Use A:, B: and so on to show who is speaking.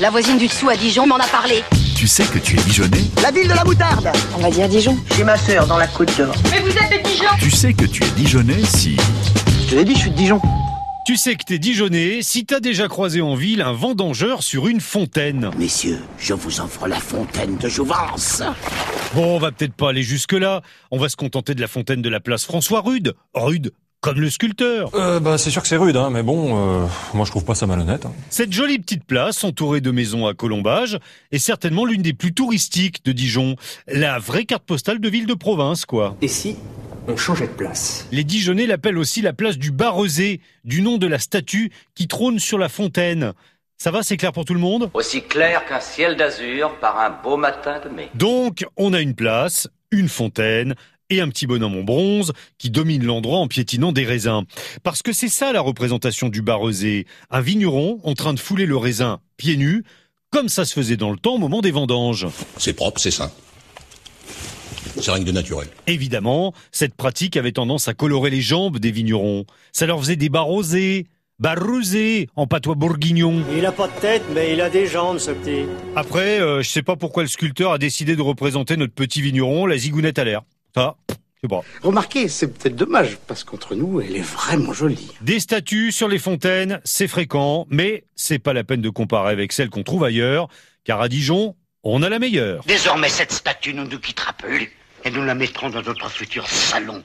A: La voisine du dessous à Dijon m'en a parlé.
B: Tu sais que tu es Dijonais
C: La ville de la moutarde
D: On va dire Dijon.
C: Chez ma sœur, dans la Côte d'Or.
E: Mais vous êtes de Dijon
B: Tu sais que tu es Dijonais si...
C: Je te l'ai dit, je suis de Dijon.
F: Tu sais que t'es Dijonais si t'as déjà croisé en ville un vendangeur sur une fontaine.
G: Messieurs, je vous offre la fontaine de Jouvence.
F: Bon, on va peut-être pas aller jusque-là. On va se contenter de la fontaine de la place François Rude. Rude comme le sculpteur.
H: Euh, bah, c'est sûr que c'est rude, hein, mais bon, euh, moi je trouve pas ça malhonnête. hein.
F: Cette jolie petite place, entourée de maisons à colombage, est certainement l'une des plus touristiques de Dijon. La vraie carte postale de ville de province, quoi.
I: Et si on changeait de place
F: Les Dijonais l'appellent aussi la place du Barrezé, du nom de la statue qui trône sur la fontaine. Ça va, c'est clair pour tout le monde
J: Aussi clair qu'un ciel d'azur par un beau matin de mai.
F: Donc, on a une place, une fontaine et un petit bonhomme en bronze qui domine l'endroit en piétinant des raisins. Parce que c'est ça la représentation du barrezé. Un vigneron en train de fouler le raisin pieds nus, comme ça se faisait dans le temps au moment des vendanges.
K: C'est propre, c'est sain. C'est rien que de naturel.
F: Évidemment, cette pratique avait tendance à colorer les jambes des vignerons. Ça leur faisait des barrosés, barrosés en patois bourguignon.
L: Il a pas de tête, mais il a des jambes, ce petit.
F: Après, euh, je sais pas pourquoi le sculpteur a décidé de représenter notre petit vigneron, la zigounette à l'air. Ça, je sais pas.
I: Remarquez, c'est peut-être dommage, parce qu'entre nous, elle est vraiment jolie.
F: Des statues sur les fontaines, c'est fréquent, mais c'est pas la peine de comparer avec celles qu'on trouve ailleurs, car à Dijon, on a la meilleure.
G: Désormais, cette statue ne nous quittera plus et nous la mettrons dans notre futur salon